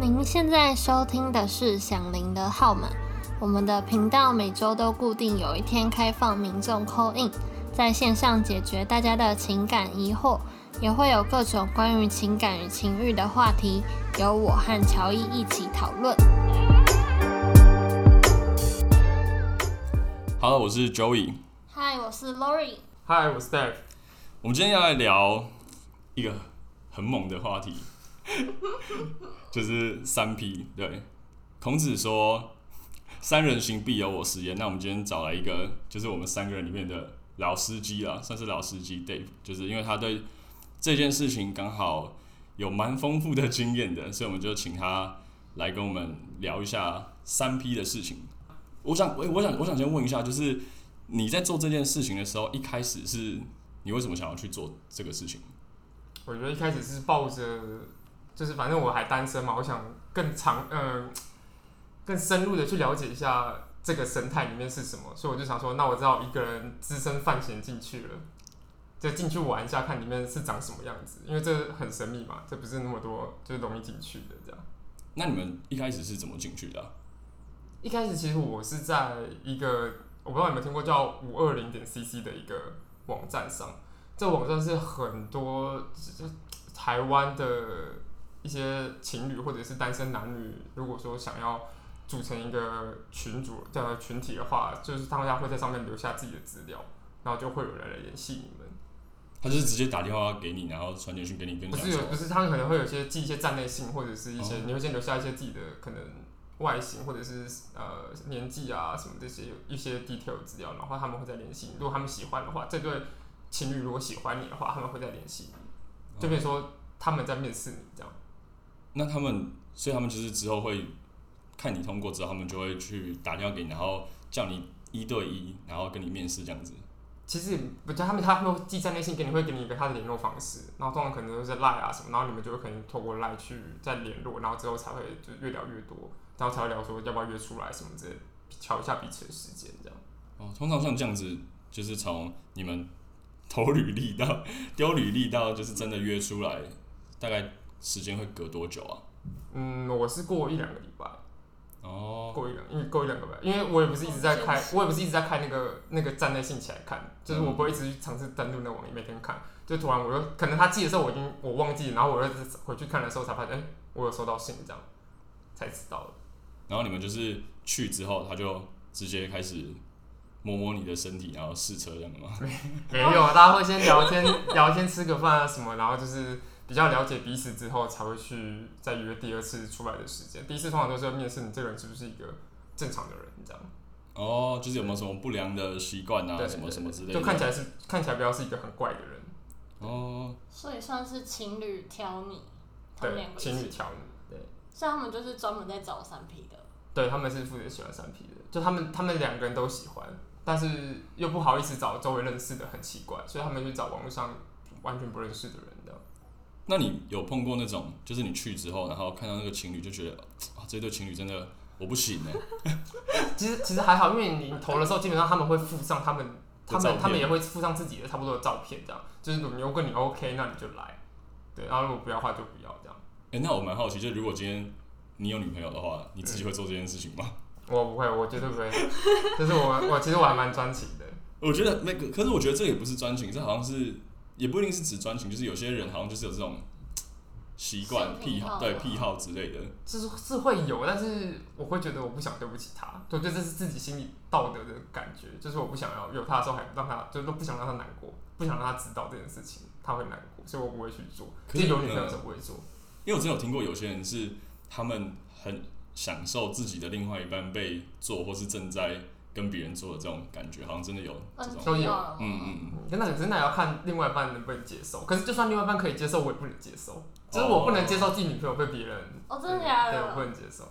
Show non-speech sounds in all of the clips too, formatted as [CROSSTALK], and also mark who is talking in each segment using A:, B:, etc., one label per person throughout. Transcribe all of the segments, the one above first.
A: 您现在收听的是《响铃的号码》，我们的频道每周都固定有一天开放民众 call in，在线上解决大家的情感疑惑，也会有各种关于情感与情欲的话题，由我和乔伊一起讨论。
B: Hello，我是 Joey。
A: 嗨，我是 Lori。
C: 嗨，我是 Steph。
B: 我们今天要来聊一个很猛的话题， [LAUGHS] 就是三 P。对，孔子说“三人行，必有我师焉”。那我们今天找来一个，就是我们三个人里面的老司机啦，算是老司机 Dave，就是因为他对这件事情刚好有蛮丰富的经验的，所以我们就请他来跟我们聊一下三 P 的事情。我想，我我想，我想先问一下，就是你在做这件事情的时候，一开始是你为什么想要去做这个事情？
C: 我觉得一开始是抱着，就是反正我还单身嘛，我想更长，呃，更深入的去了解一下这个生态里面是什么，所以我就想说，那我只好一个人只身犯险进去了，就进去玩一下，看里面是长什么样子，因为这很神秘嘛，这不是那么多就是容易进去的这样。
B: 那你们一开始是怎么进去的啊、
C: 一开始其实我是在一个我不知道你们听过叫五二零点 cc 的一个网站上，这网站是很多这台湾的一些情侣或者是单身男女，如果说想要组成一个群组的群体的话，就是大家会在上面留下自己的资料，然后就会有人来联系你们。
B: 他就是直接打电话给你，然后传简讯给你，跟你
C: 不
B: 讲
C: 是有，
B: 说
C: 不是他们可能会有些寄一些站内信，或者是一些、
B: 哦
C: 你会先留下一些自己的可能外形，或者是呃年纪啊什么这些一些 detail 资料，然后他们会再联系你。如果他们喜欢的话，这对情侣如果喜欢你的话，他们会再联系你，就比如说他们在面试你这样。
B: 那他们，所以他们就是之后会看你通过之后，他们就会去打电话给你，然后叫你一对一，然后跟你面试这样子。
C: 其实也不就他们他会寄站内信给你，会给你一个他的联络方式，然后通常可能都是 line 啊什么，然后你们就会可能透过 line 去再联络，然后之后才会就越聊越多，然后才会聊说要不要约出来什么之类的，瞧一下彼此的时间这样。
B: 哦，通常像这样子，就是从你们投履历到 [LAUGHS] 丢履历到就是真的约出来，大概时间会隔多久啊？
C: 嗯，我是过一两个礼拜，
B: 哦，
C: 过一两，因为过一两个礼拜，因为我也不是一直在开，我也不是一直在开那个那个站内信起来看，就是我不会一直去尝试登录那网页每天看，就突然我又可能他寄的时候我已经我忘记，然后我又回去看的时候才发现，哎、我有收到信这样，才知道的。
B: 然后你们就是去之后，他就直接开始摸摸你的身体，然后试车这样的吗？
C: 没有，啊大家会先聊天聊天吃个饭啊什么，然后就是比较了解彼此之后才会去再约第二次出来的时间，第一次通常都是要面试你这个人是不是一个正常的人这样。
B: 哦，就是有没有什么不良的习惯啊，
C: 对
B: 什么什么之类的？
C: 就看起来是看起来不要是一个很怪的人，
B: 哦，
A: 所以算是情侣挑你，他们
C: 对
A: 两，个
C: 情
A: 一
C: 侣
A: 起，
C: 调你，对，
A: 所以他们就是专门在找三 P 的。
C: 对他们是负责喜欢三 P 的，就他们他们两个人都喜欢，但是又不好意思找周围认识的，很奇怪，所以他们就找网络上完全不认识的人的。
B: 那你有碰过那种，就是你去之后，然后看到那个情侣就觉得啊，这对情侣真的我不行
C: [LAUGHS]
B: 哎、
C: 其实其实还好，因为你投的时候，基本上他们会附上他们他
B: 照
C: 们
B: 片
C: 他们也会附上自己的差不多的照片，这样就是如果你 OK，那你就来，对，然后如果不要的话就不要这样。
B: 哎、那我蛮好奇，就是如果今天你有女朋友的话，你自己会做这件事情吗？
C: 我不会，我绝对不会，就是我 [LAUGHS] 我其实我还蛮专情的，
B: [LAUGHS] 我觉得那个，可是我觉得这也不是专情，这好像是也不一定是指专情，就是有些人好像就是有这种习惯、
A: 性癖
B: 癖
A: 好
B: 好、
A: 啊
B: 对癖好之类的。
C: 是是会有，但是我会觉得我不想对不起他，对，就这是自己心里道德的感觉，就是我不想要有他的时候还让他，就是都不想让他难过，不想让他知道这件事情，他会难过，所以我不会去做。
B: 可
C: 就是有女
B: 嗯
C: 朋友的时候不会做，
B: 因为我真的有听过有些人是他们很享受自己的另外一半被做，或是正在跟别人做的这种感觉，好像真的有这种。
C: 都有
A: 嗯
B: 嗯嗯嗯。
C: 嗯那可是那也要看另外一半能不能接受。可是就算另外一半可以接受，我也不能接受，就是我不能接受自己女朋友被别人，
A: 哦，真
C: 对，
A: 的假
C: 对我不
A: 的？
C: 能接受，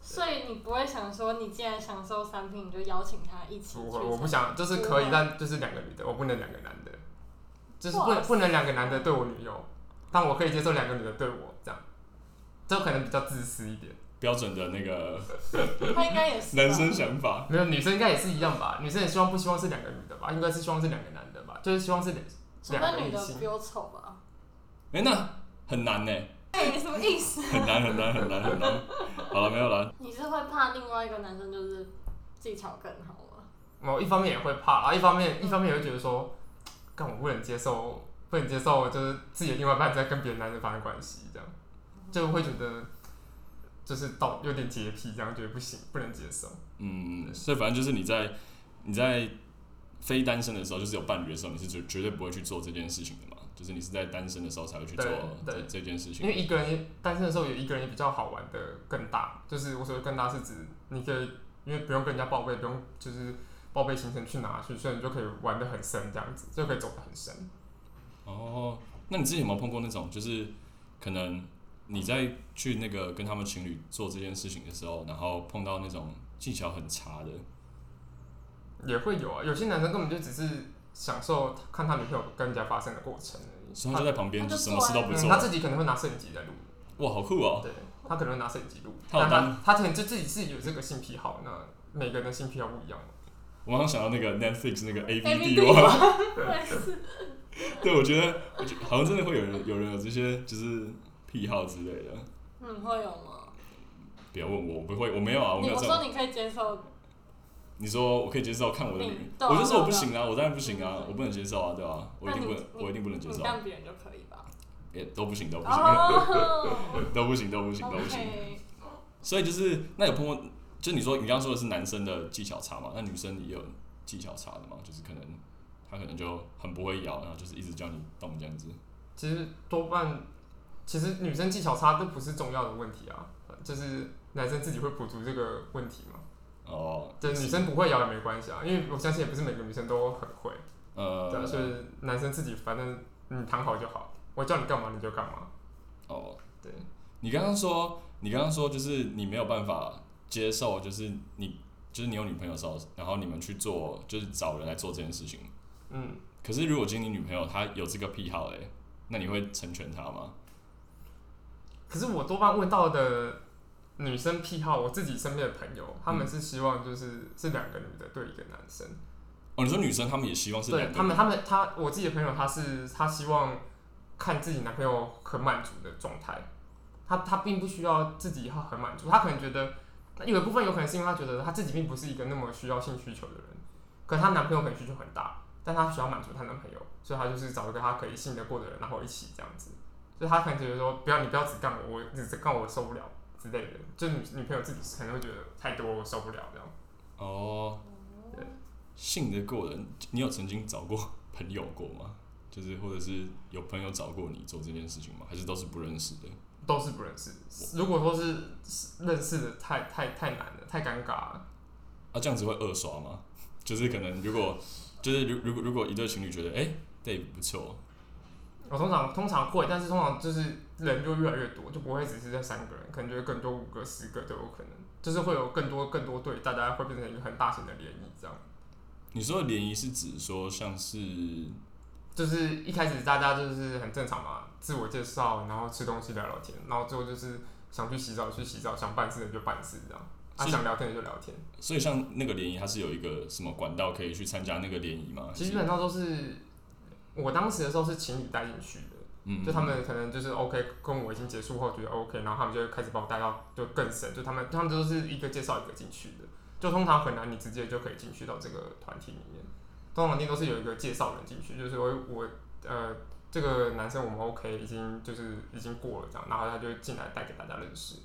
A: 所以你不会想说，你既然享受三 P，你就邀请他一起去
C: 不会，我不
A: 参
C: 想，就是可
A: 不
C: 以
A: 会，
C: 但就是两个女的，我不能两个男的，就是不
A: 哇
C: 能不能两个男的对我女友，但我可以接受两个女的对我这样，这可能比较自私一点。
B: 标准的那个
A: 他应该也是吧
B: 男生想法，
C: 没有，女生应该也是一样吧？女生也希望不希望是两个女的吧？应该是希望是两个男的吧？就是希望是两
A: 除
C: 两
A: 非
C: 个
A: 女
C: 异
A: 的
C: 性
A: 比。我丑吧？
B: 哎、那很难呢、
A: 哎，什么意思？
B: 很难很难很难很难。好了，没有了。
A: 你是会怕另外一个男生就是技巧更好吗？
C: 我一方面也会怕，然后一方面一方面也会觉得说，干我不能接受，不能接受就是自己的另外一半在跟别的男人发生关系，这样就会觉得就是到有点洁癖，这样觉得不行，不能接受。
B: 嗯，所以反正就是你在你在非单身的时候，就是有伴侣的时候，你是绝绝对不会去做这件事情的嘛。就是你是在单身的时候才会去做这
C: 对对
B: 这件事情
C: 因为。一个人也单身的时候，有一个人也比较好玩的更大，就是我所谓更大是指你可以因为不用跟人家报备，不用就是报备行程去哪去，所以你就可以玩的很深，这样子就可以走得很深。
B: 哦，那你之前有没有碰过那种，就是可能你在去那个跟他们情侣做这件事情的时候，然后碰到那种技巧很差的？
C: 也会有啊，有些男生根本就只是享受看他女朋友跟人家发生的过程而已。
B: 所以他就在旁边
A: 他就
B: 什么事都不
C: 嗯
B: 做
C: 他，自己可能会拿摄影机在录，
B: 哇，好酷哦！
C: 对他可能会拿摄影机录，
B: 他有
C: 但
B: 当
C: 他他可能就自己自己有这个性癖好，那每个人的性癖好不一样嘛。
B: 我刚刚想到那个 Netflix 那个 A
A: A
B: V
A: V
B: D
A: 帝
B: 王， [LAUGHS]
A: 对，
B: 对我觉得，我觉得好像真的会有人有人有这些就是癖好之类的。
A: 你嗯会有吗？
B: 不要问我，我不会，我没有啊，我
A: 你
B: 没有
A: 不
B: 这
A: 说
B: 种。
A: 你可以接受，
B: 你说我可以接受看我的女人
A: 嗯，对啊
B: 我就说我不
A: 对啊
B: 行啊，我当然不行啊
A: 嗯，
B: 我不能接受啊，对吧、我一定不能
A: 那，你
B: 我一定不能接
A: 你
B: 受，
A: 干别人就可以吧？
B: 也都不行，都不行， [LAUGHS]
A: 哦
B: 都不行，都不行，都不行。
A: ，OK，
B: 所以就是，那有碰过，就你说你刚刚说的是男生的技巧差嘛？那女生也有技巧差的嘛？就是可能她可能就很不会咬，然后就是一直叫你动这样子。
C: 其实多半，其实女生技巧差都不是重要的问题啊，就是男生自己会补足这个问题嘛。
B: 哦，
C: 对，女生不会摇也没关系啊，因为我相信也不是每个女生都很会，对啊，
B: 呃，
C: 所以男生自己反正你躺好就好，我叫你干嘛你就干嘛。
B: 哦，
C: 对，
B: 你刚刚说，你刚刚说就是你没有办法接受，就是你就是你有女朋友的时候，然后你们去做，就是找人来做这件事情。
C: 嗯，
B: 可是如果今天你女朋友她有这个癖好嘞、欸那你会成全她吗？
C: 可是我多半问到的女生癖好，我自己身边的朋友，他们是希望就是是两个女的对一个男生，
B: 哦，你说女生她们也希望是
C: 对
B: 两个
C: 他们，他们他我自己的朋友，他是他希望看自己男朋友很满足的状态，他他并不需要自己要很满足，他可能觉得有一部分有可能是因为他觉得他自己并不是一个那么需要性需求的人，可能她男朋友可能需求很大，但她需要满足她男朋友，所以她就是找一个她可以信得过的人，然后一起这样子，所以她可能觉得说不要你不要只干我，我你只干我我受不了之类的，就女女朋友自己可能会觉得太多我受不了这样。
B: 哦，信得过人，你有曾经找过 [LAUGHS] 朋友过吗？就是或者是有朋友找过你做这件事情吗？还是都是不认识的？
C: 都是不认识。如果说是是认识的太太太难了，太尴尬了。
B: 啊，这样子会二刷吗？ [LAUGHS] 就是可能如果就是如如果如果一对情侣觉得哎、对不错，
C: 我通常通常会，但是通常就是人就越来越多，就不会只是这三个人，可能就会更多五个、十个都有可能，就是会有更多更多对，大家会变成一个很大型的联谊这样。
B: 你说的联谊是指说像是
C: 就是一开始大家就是很正常嘛，自我介绍，然后吃东西聊聊天，然后最后就是想去洗澡去洗澡，想办事的就办事这样，啊
B: 是
C: 想聊天的就聊天。
B: 所以像那个联谊，它是有一个什么管道可以去参加那个联谊吗？
C: 其实基
B: 还
C: 本
B: 是
C: 上都是我当时的时候是情侣带进去的，
B: 嗯，
C: 就他们可能就是 OK，跟我已经结束后觉得 OK，然后他们就会开始把我带到就更深，就他们他们都是一个介绍一个进去的，就通常很难你直接就可以进去到这个团体里面，通常一定都是有一个介绍人进去，就是我我呃这个男生我们 OK 已经就是已经过了这样，然后他就进来带给大家认识，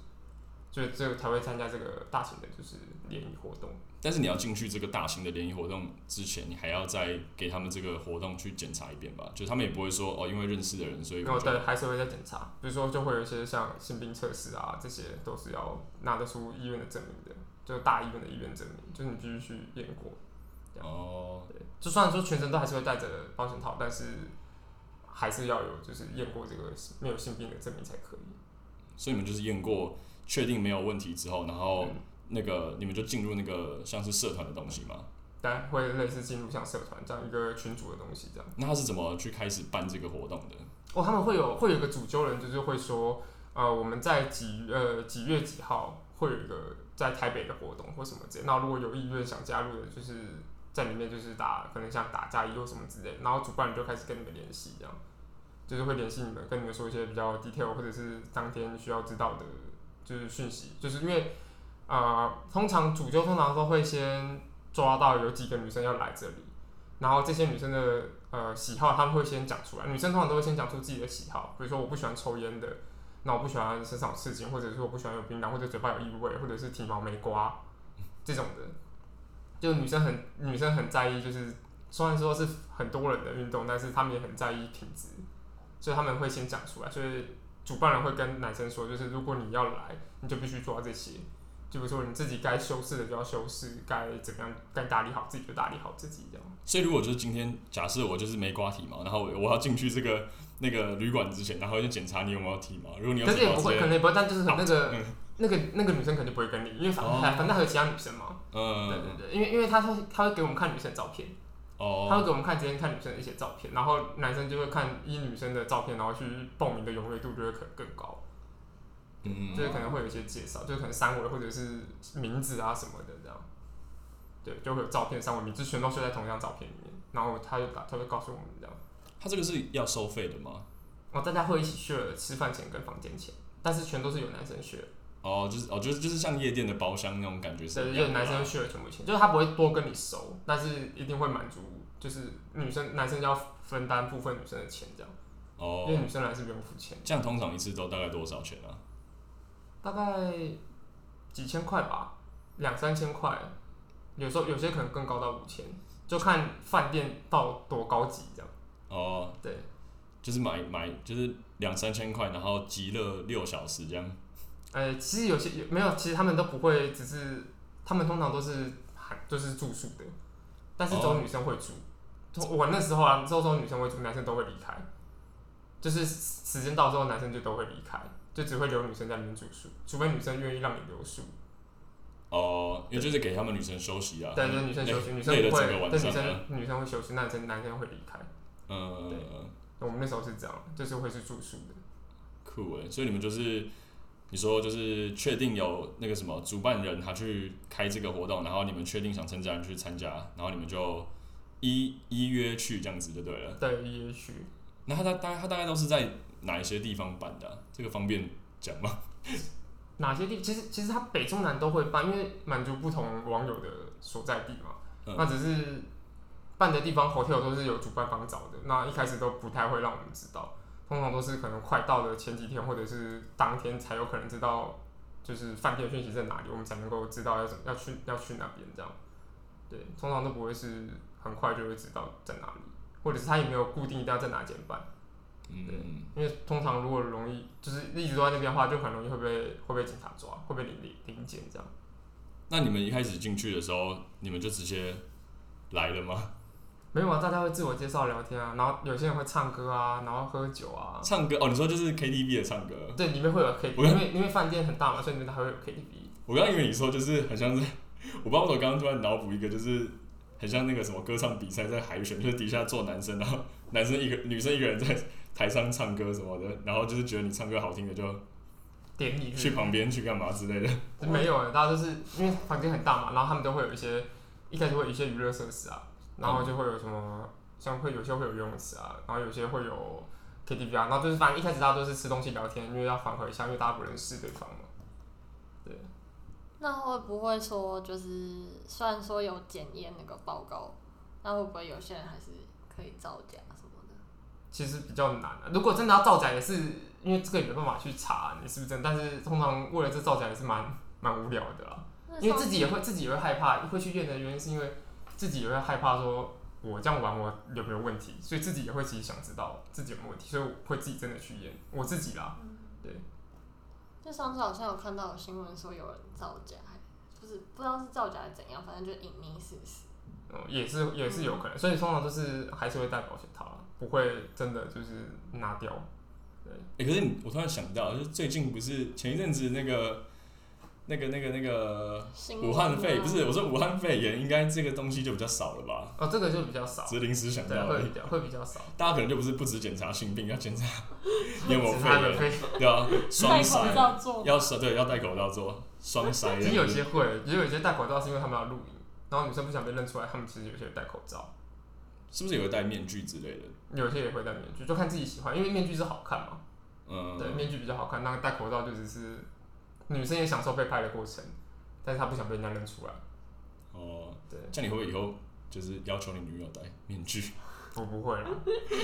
C: 就这个才会参加这个大型的就是联谊活动。
B: 但是你要进去这个大型的联谊活动之前，你还要再给他们这个活动去检查一遍吧？就他们也不会说哦，因为认识的人，所以
C: 然后
B: 我就
C: 对，还是会再检查，比如说就会有一些像性病测试啊，这些都是要拿得出医院的证明的，就大医院的医院证明，就是你必须去验过。
B: 哦，
C: 对，就虽然说全程都还是会带着保险套，但是还是要有就是验过这个没有性病的证明才可以。
B: 所以你们就是验过，确定没有问题之后，然后
C: 嗯
B: 那个你们就进入那个像是社团的东西嘛？
C: 但会类似进入像社团这样一个群组的东西这样。
B: 那他是怎么去开始办这个活动的？
C: 哦，他们会有会有一个主揪人，就是会说，呃，我们在几呃几月几号会有一个在台北的活动或什么之类。那如果有意愿想加入的，就是在里面就是打可能像打加一或什么之类，然后主办人就开始跟你们联系这样。就是会联系你们，跟你们说一些比较 detail 或者是当天需要知道的，就是讯息。就是因为呃，通常主揪通常都会先抓到有几个女生要来这里，然后这些女生的呃喜好，他们会先讲出来。女生通常都会先讲出自己的喜好，比如说我不喜欢抽烟的，那我不喜欢身上有刺青，或者是我不喜欢有槟榔，或者嘴巴有异味，或者是体毛没刮这种的。就女生很女生很在意，就是虽然说是很多人的运动，但是他们也很在意品质，所以他们会先讲出来。所以主办人会跟男生说，就是如果你要来，你就必须抓这些，就比如说你自己该修饰的就要修饰，该怎么样该打理好自己就打理好自己这样。
B: 所以如果就是今天假设我就是没刮体毛，然后我我要进去这个那个旅馆之前，然后就检查你有没有体毛，如果你有
C: 但是
B: 体
C: 也
B: 毛
C: 不
B: 直
C: 会，可
B: 接
C: 能也不会，但就是那个、
B: 嗯
C: 那个那个女生肯定不会跟你，因为反、
B: 哦
C: 反正还有其他女生嘛。对
B: 嗯
C: 对对，因为因为她会她会给我们看女生的照片。他
B: 哦
C: 会给我们看今天看女生的一些照片，然后男生就会看依女生的照片，然后去报名的踊跃度就会可能更
B: 哦
C: 高，
B: 嗯
C: 就是可能会有一些介绍，就是可能三维或者是名字啊什么的这样，对，就会有照片三维名字全都秀在同一张照片里面，然后他就打他会告诉我们这样，
B: 他这个是要收费的吗？
C: 哦，大家会一起 share 吃饭钱跟房间钱，但是全都是有男生 share，
B: 哦，就是哦，就是就是像夜店的包厢那种感觉是
C: 对，
B: 一
C: 有
B: 样的
C: 男
B: 吗
C: 生 share 全部钱，就是他不会多跟你熟，但是一定会满足，就是女生男生要分担部分女生的钱这样，因为
B: 哦，
C: 女生来是不用付钱。
B: 这样通常一次都大概多少钱啊？
C: 大概几千块吧，两三千块，有时候有些可能更高到五千，就看饭店到多高级这样。
B: 哦，
C: 对，
B: 就是买买就是两三千块，然后极乐六小时这样。
C: 呃，其实有些有没有，其实他们都不会，只是他们通常都是含就是住宿的，但是只有
B: 哦
C: 女生会住。我那时候啊，周周女生会住，男生都会离开，就是时间到之后，男生就都会离开，就只会留女生在那边住宿，除非女生愿意让你留宿。
B: 哦，因为就是给他们女生休息啊。
C: 对，就是女生休息，
B: 累
C: 女生
B: 累了
C: 不会，
B: 整个
C: 对
B: 晚
C: 女
B: 上
C: 生
B: 啊。
C: 女生会休息，男生男生会离开。对
B: 嗯，
C: 我们那时候是这样，就是会是住宿的。
B: 酷欸诶，所以你们就是你说就是确定有那个什么主办人他去开这个活动，然后你们确定想参加你去参加，然后你们就依依约去这样子就对了。
C: 对，也许
B: 那他大大他大概都是在哪一些地方办的啊、这个方便讲吗？
C: 哪些地，其实其实它北中南都会办，因为满足不同网友的所在地嘛。
B: 嗯
C: 那只是办的地方 hotel 都是由主办方找的，那一开始都不太会让我们知道，通常都是可能快到了前几天或者是当天才有可能知道，就是饭店讯息在哪里，我们才能够知道要怎要去要去哪边这样。对，通常都不会是很快就会知道在哪里，或者是他也没有固定一定要在哪间办。对
B: 嗯，
C: 因为通常如果容易就是一直都在那边的话，就很容易会被会被警察抓，会被领领领检这样。
B: 那你们一开始进去的时候，你们就直接来了吗？
C: 没有啊，大家会自我介绍聊天啊，然后有些人会唱歌啊，然后喝酒啊。
B: 唱歌哦，你说就是 KTV 的唱歌。
C: 对，里面会有 K，
B: 我
C: 因为因为饭店很大嘛，所以里面还会有 KTV。
B: 我刚刚以为你说就是很像是， [LAUGHS] 我不知道为什么刚刚突然脑补一个，就是很像那个什么歌唱比赛在海选，就是底下坐男生，然后男生一个女生一个人在台上唱歌什么的，然后就是觉得你唱歌好听的就
C: 典礼
B: 去
C: 是
B: 旁边去干嘛之类的。
C: 不是没有、欸，大家都是因为房间很大嘛，然后他们都会有一些一开始会有一些娱乐设施啊，然后就会有什么像会有些会有游泳池啊，然后有些会有 KTV 啊，然后就是反正一开始大家都是吃东西聊天，因为要缓和一下，因为大家不认识对方嘛。
A: 那会不会说，就是虽然说有检验那个报告，那会不会有些人还是可以造假什么的？
C: 其实比较难、啊。如果真的要造假，也是因为这个也没办法去查啊你是不是真的，但是通常为了这造假也是蛮蛮无聊的啦。因为自己也会自己也会害怕，会去验的原因是因为自己也会害怕说，我这样玩我有没有问题，所以自己也会其实想知道自己有没有问题，所以我会自己真的去验我自己啦。
D: 嗯
A: 就上次好像有看到有新闻说有人造假，就是不知道是造假还是怎样，反正就隐匿事实。
C: 嗯，也是也是有可能，所以通常都是还是会戴保险套啦，不会真的就是拿掉。
B: 哎、可是你我突然想到，就是最近不是前一阵子那个那个那个那个
A: 新闻
B: 武汉肺
A: 吗
B: 不是我说武汉肺炎，应该这个东西就比较少了吧？
C: 哦，这个就比较少，
B: 只是临时想
C: 对，
B: 到而
C: 会
B: 已
C: 比。较会比较少。
B: 大家可能就不是不止检查性病，要
C: [LAUGHS]
B: 检查你有没有
C: 只
B: 肺
C: 是它的
B: 炎，
C: 非
B: 对
A: [LAUGHS]
B: 啊，双
A: 戴口
B: 筛
A: 罩做
B: 要筛对要戴口罩做双筛，
C: 哎其实有些会，也有一些戴口罩是因为他们要露营，然后女生不想被认出来，他们其实有些戴口罩，
B: 是不是也会戴面具之类的？
C: 有些也会戴面具，就看自己喜欢，因为面具是好看嘛，
B: 嗯，
C: 对，面具比较好看。那戴口罩就只是女生也享受被拍的过程，但是她不想被人家认出来。
B: 哦，
C: 对，
B: 这样你会不会以后就是要求你女友戴面具？ [LAUGHS]
C: 我不会啦，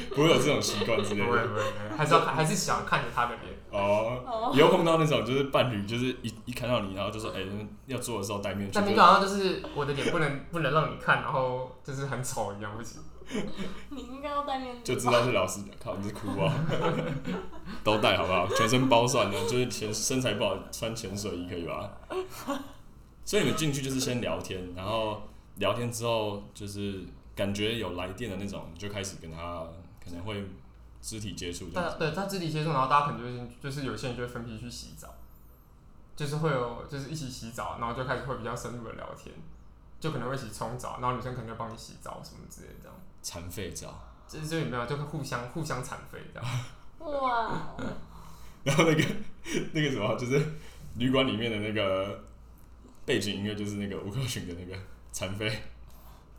B: 不会有这种习惯之类
C: 不会不会，
B: 的
C: 不会还是要看还是想看着她的脸。
B: 哦。
D: 哦， [LAUGHS]
B: 以后碰到那种就是伴侣，就是一一看到你，然后就说：“哎、要做的时候戴面具。
C: 但
B: 就
C: 你好像就是我的脸不能不能让你看，然后就是很丑一样，不行。
D: 你应该要戴面”具
B: 就
D: 吧。
B: 知道是老师靠，你是哭 [LAUGHS] 啊！都戴好不好？全身包算了，就是潜身材不好穿潜水衣可以吧？所以你们进去就是先聊天，然后聊天之后就是感觉有来电的那种，你就开始跟他可能会肢体接触这样
C: 但
B: 子。
C: 对，在肢体接触，然后大家可能就会先就是有些人就会分批去洗澡，就是会有就是一起洗澡，然后就开始会比较深入的聊天，就可能会一起冲澡，然后女生可能就帮你洗澡什么之类的这样。
B: 残废照，
C: 这这有没有就会互相互相残废这样？
D: 哇，哦
B: 然后那个那个什么，就是旅馆里面的那个背景音乐，就是那个吴克群的那个残废。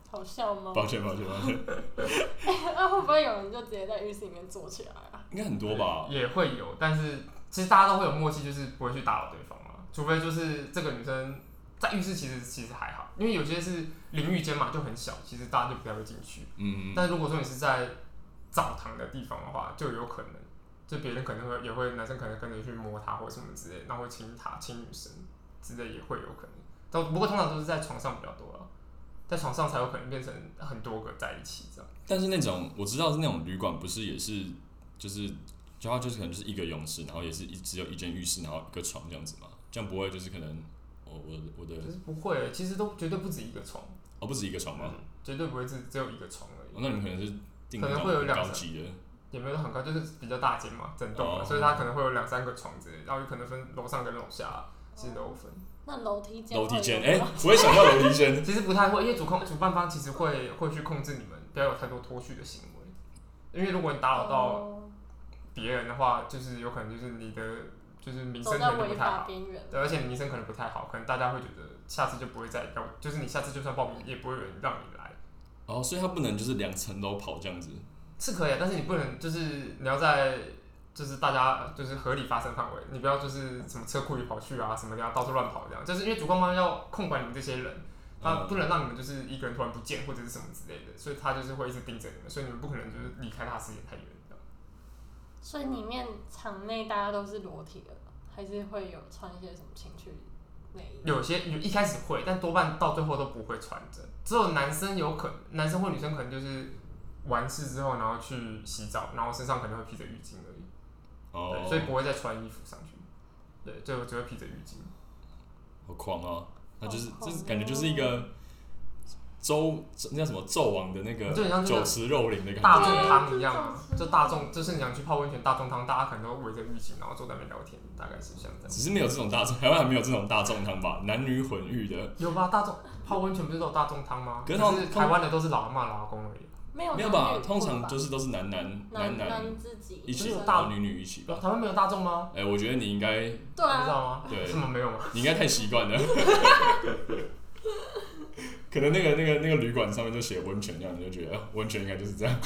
D: 好笑
C: 哦
D: 吗？
B: [LAUGHS] 抱歉，抱歉，抱歉，
D: [LAUGHS] 那会不会有人就直接在浴室里面坐起来啊？
B: 应该很多吧？
C: 也会有，但是其实大家都会有默契，就是不会去打扰对方嘛，除非就是这个女生在浴室其实其实还好，因为有些是淋浴间嘛就很小，其实大家就不太会进去。
B: 嗯，
C: 但如果说你是在澡堂的地方的话，就有可能，就别人可能会也会男生可能跟着去摸她或什么之类，然后会亲她亲女生之类也会有可能。但不过通常都是在床上比较多了，在床上才有可能变成很多个在一起这样。
B: 但是那种我知道是那种旅馆，不是也是就是就它就是可能就是一个泳池，然后也是一只有一间浴室，然后一个床这样子嘛，这样不会就是可能我我的我的
C: 可是不会，其实都绝对不止一个床，
B: 哦不止一个床吗
C: 嗯？、绝对不会只只有一个床而
B: 哦
C: 已。
B: 那你们可能是订
C: 可
B: 那
C: 能
B: 种
C: 会有
B: 很
C: 两
B: 高
C: 层
B: 级的，
C: 也没有很高，就是比较大间嘛，整栋嘛
B: 哦
C: 所以它可能会有两三个床之类，然后有可能分楼上跟楼下，其实都有分。
D: 那楼梯间会
B: 楼
D: 有吗，
B: 梯间，哎、我也想到楼梯间，
C: 其实不太会，因为主控主办方其实会会去控制你们不要有太多脱序的行为，因为如果你打扰到
D: 哦
C: 别人的话，就是有可能就是你的就是名
D: 走
C: 声
D: 在
C: 可能就
D: 违
C: 不太
D: 法
C: 好，
D: 边缘。
C: 对，而且你名声可能不太好，可能大家会觉得下次就不会再要，就是你下次就算报名也不会有人让你来，
B: 哦，所以它不能就是两层楼跑这样子，
C: 是可以啊，但是你不能就是你要在。就是大家就是合理发生范围，你不要就是什么车库里跑去啊，什么的到处乱跑这样，就是因为主办方要控管你们这些人，他
B: 嗯
C: 不能让你们就是一个人突然不见或者是什么之类的，所以他就是会一直盯着你们，所以你们不可能就是离开他时间太远这样
D: 所以里面场内大家都是裸体的吗，还是会有穿一些什么情趣内衣？
C: 有些有一开始会，但多半到最后都不会穿着，只有男生有可能，男生或女生可能就是完事之后，然后去洗澡，然后身上可能会披着浴巾而已，
B: 哦
C: 对，，所以不会再穿衣服上去，对，就只会披着浴巾。
B: 好狂哦，那就是
D: 好
B: 这
D: 狂
B: 是感觉就是一个周那叫什么纣王的那个
C: 就很像那个
B: 酒池肉林的感
C: 大
B: 觉。
C: 众汤一样嘛
D: 对，
C: 就大众，就是你想去泡温泉大众汤，大家可能都围着浴巾，然后坐在那边聊天，大概是像这样。
B: 只是没有这种大众，台湾还没有这种大众汤吧？男女混浴的，
C: 有吧？大众泡温泉不是都有大众汤吗？
B: 可是
C: 就
B: 通
C: 是台湾的都是老阿妈、老阿公而已。
D: 没有
B: 没有
D: 男
B: 吧？
D: 女
B: 通常
D: 混
B: 就是都是男男
D: 男
B: 男男
D: 男自己
B: 一起，
C: 就是有
D: 生
C: 大
B: 然后女女一起吧。
C: 台湾没有大众吗？
B: 哎、我觉得你应该，
D: 对
C: 你知
D: 啊，
C: 道吗？
B: 对
C: 什么没有吗？
B: 你应该太习惯
C: [LAUGHS]
B: 了。可能那个那个那个旅馆上面就写温泉这样，你就觉得呃温泉应该就是这样。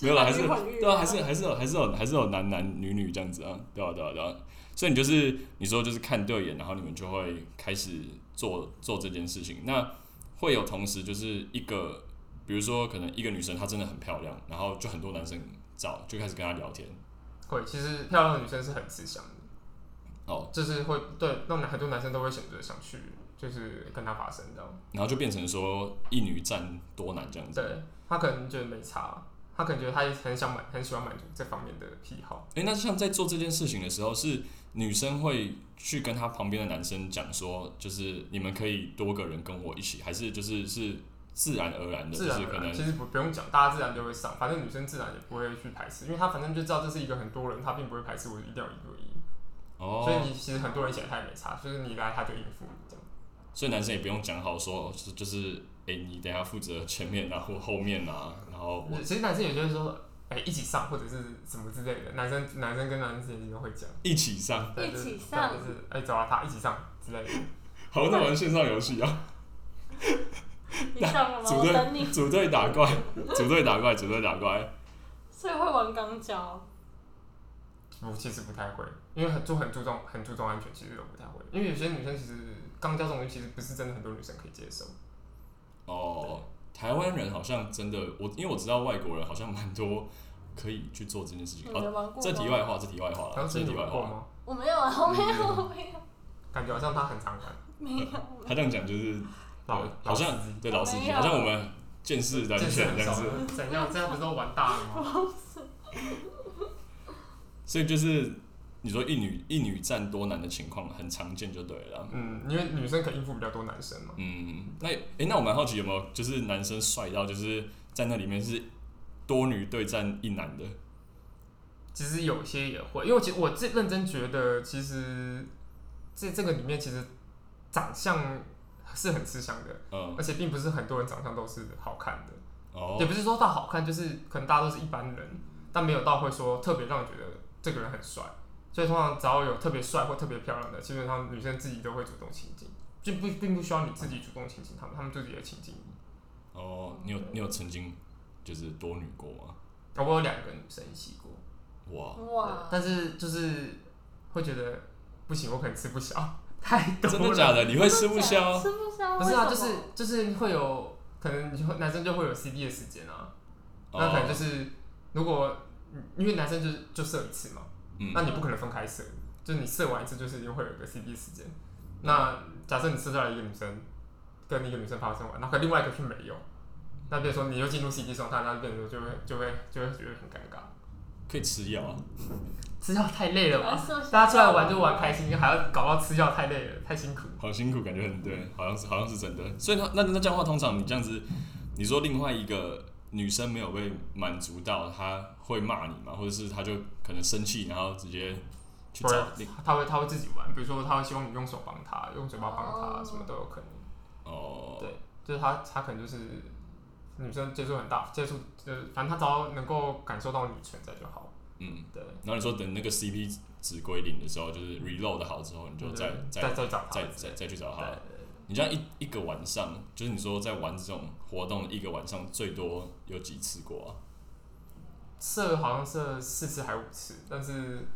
B: 没有啦，还是
D: 男女混浴
B: 对啊，还是还是有还是有还是有男男女女这样子啊，对啊对啊对啊。所以你就是你说就是看对眼，然后你们就会开始做做这件事情。那会有同时就是一个，比如说可能一个女生她真的很漂亮，然后就很多男生找就开始跟她聊天。
C: 会，其实漂亮的女生是很吃香的，
B: 哦，
C: 就是会对让很多男生都会选择想去，就是跟她发生这样。
B: 然后就变成说一女占多男这样子。
C: 对他可能觉得没差，他可能觉得他也很想满，很喜欢满足这方面的癖好。
B: 诶，那像在做这件事情的时候，是女生会去跟她旁边的男生讲说，就是你们可以多个人跟我一起，还是就是是自然而然的，
C: 自然
B: 嗯就是
C: 而
B: 可
C: 然，
B: 能
C: 其实不不用讲，大家自然就会上。反正女生自然也不会去排斥，因为她反正就知道这是一个很多人，她并不会排斥我一定要一对一。所以
B: 哦，
C: 你其实很多人起来她也没差，就是你来她就应付你这样。
B: 所以男生也不用讲好说，就是就是诶，你等一下负责前面啊或后面啊，然后我
C: 其实男生有些会说，哎、一起上或者是什么之类的，男生男生跟男生之间都会讲，
B: 一起上。
C: 对
D: 一起
C: 就是
D: 上
C: 对就是哎、走啊，他一起上之类的。
B: 好，那玩线上游戏啊，
D: 你上了吗？
B: [LAUGHS] 组
D: 我等
B: 队
D: 你。
B: [LAUGHS] 组队打怪，组队打怪，组队打怪。
D: 所以会玩钢胶，
B: 哦
C: 我其实不太会，因为很就很注重很注重安全，其实我不太会。因为有些女生其实刚交这种东西，其实不是真的很多女生可以接受。
B: 啊哦，台湾人好像真的，我因为我知道外国人好像蛮多可以去做这件事情。
D: 你
B: 哦，
D: 们玩过
B: 这题
D: 吗？
B: 外话，这嗯题外话
C: 然
B: 了，
C: 后
B: 这
C: 是
B: 题
C: 你
B: 外
C: 玩过
B: 话。
C: 吗？
D: 我没有啊，我没有，我没有，
C: 感觉好像她很常玩，
D: 没有。
B: 他这样讲就是，
C: 老
B: 对好像
C: 老司机
B: 对老司机，
D: 没有
B: 好像我们见识人
C: 见识
B: 选
C: 很
B: 啊这样
C: 少
B: 子。
C: 的怎样？这样不是都玩大了吗？
B: 所以就是你说一女一女战多男的情况很常见就对了啦。
C: 嗯，因为女生可以应付比较多男生嘛。
B: 嗯，那诶、那我蛮好奇有没有就是男生帅到就是在那里面是多女对战一男的，
C: 其实有些也会，因为其实我自认真觉得，其实这这个里面其实长相是很吃香的，
B: 嗯
C: 而且并不是很多人长相都是好看的。也
B: 哦
C: 不是说到好看，就是可能大家都是一般人，但没有到会说特别让你觉得这个人很帅。所以通常只要有特别帅或特别漂亮的，基本上女生自己都会主动亲近，就不并不需要你自己主动亲近他们，他们自己也亲近你。
B: 哦，你有你有曾经就是多女过吗？
C: 啊我有两个女生一起过，
B: 哇，
D: 哇，
C: 但是就是会觉得不行，我可能吃不消， [LAUGHS] 太多了。
B: 真的假的？你会吃不消？
D: 吃不消。
C: 不是啊，
D: 为
C: 就
D: 什么
C: 是就是会有可能你会男生就会有 CD 的时间啊，
B: 哦
C: 那可能就是如果因为男生就是就射一次嘛，
B: 嗯
C: 那你不可能分开射，就是你射完一次就是一定会有一个 CD 时间。
B: 嗯
C: 那假设你射到了一个女生，跟一个女生发生完，那可另外一个却没有，那比如说你又进入 CD 状态，那变成就会就会就会觉得很尴尬，
B: 可以吃药啊？
C: 吃药太累了
D: 还
C: 吧？
D: 是不是
C: 啊大家出来玩就玩开心，还要搞到吃药太累了，太辛苦。
B: 好辛苦，感觉很对，好像是好像是真的。所以他那那这样的话，通常你这样子，你说另外一个女生没有被满足到，她会骂你嘛，或者是她就可能生气，然后直接去
C: 不会啊
B: 找另
C: 他会他会自己玩，比如说他会希望你用手帮他，用嘴巴帮他，什么都有可能。
B: 哦
C: 对，就是他他可能就是女生接触很大，接触就是反正他只要能够感受到女权在就好。
B: 嗯。
C: 对，
B: 然后你说等那个 CP 值归零的时候，就是 reload 好之后，你就再
C: 对
B: 再
C: 再找他
B: 再再再去找
C: 对
B: 她。你这样一一个晚上，就是你说在玩这种活动一个晚上最多有几次过啊？
C: 射好像射四次还五次，但是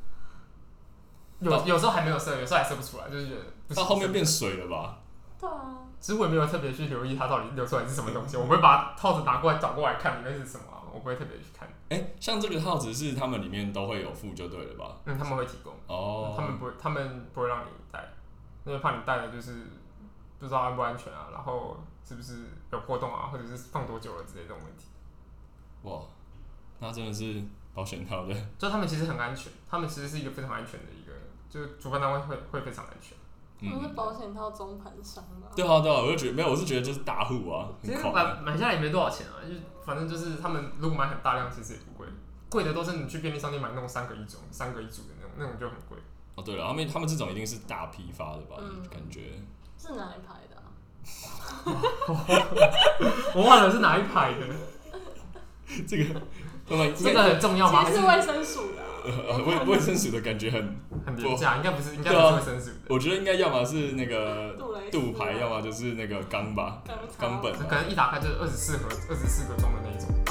B: 到
C: 有有时候还没有射，有时候还射不出来，就是觉得不行
B: 到后面
C: 射
B: 变水了吧？
D: 对啊，
C: 其实我也没有特别去留意它到底流出来是什么东西，我不会把套子拿过来找过来看里面是什么啊、我不会特别去看。
B: 哎、像这个套子是他们里面都会有附就对了吧？
C: 嗯，他们会提供。
B: 哦，
C: 他们不会，他们不会让你带，因为怕你带了就是不知道安不安全啊，然后是不是有破洞啊，或者是放多久了之类这种问题。
B: 哇，那真的是保险套的，
C: 就他们其实很安全，他们其实是一个非常安全的一个，就是主办单位会会非常安全。
D: 不是
B: 嗯，
D: 保险套中盘商吗？
B: 对啊对啊，我就觉得没有，我是觉得就是大户啊，
C: 其
B: 很
C: 实
B: 狂
C: 买
B: 啊、
C: 买下来也没多少钱啊，就反正就是他们如果买很大量，其实也不贵，贵的都是你去便利商店买那种三个一种、三个一组的那种，那种就很贵。
B: 哦，对了，他们他们这种一定是大批发的吧？
D: 嗯
B: 感觉
D: 是哪一排的啊？
C: 我忘了是哪一排的，
B: 这个 [LAUGHS] 他们
C: 这个很重要吗？还
D: 其
C: 是
D: 实是卫生署的啊。
B: [LAUGHS] 呃卫卫生署的感觉很，
C: 很廉价？应该不是，应该
B: 对啊
C: 不是卫生署的，
B: 我觉得应该要么是那个
D: 杜蕾斯啊
B: 杜牌，要么就是那个钢吧，
D: 钢
B: 钢
D: 钢
B: 本
C: 可能一打开就是二十四盒、二十四个钟的那一种。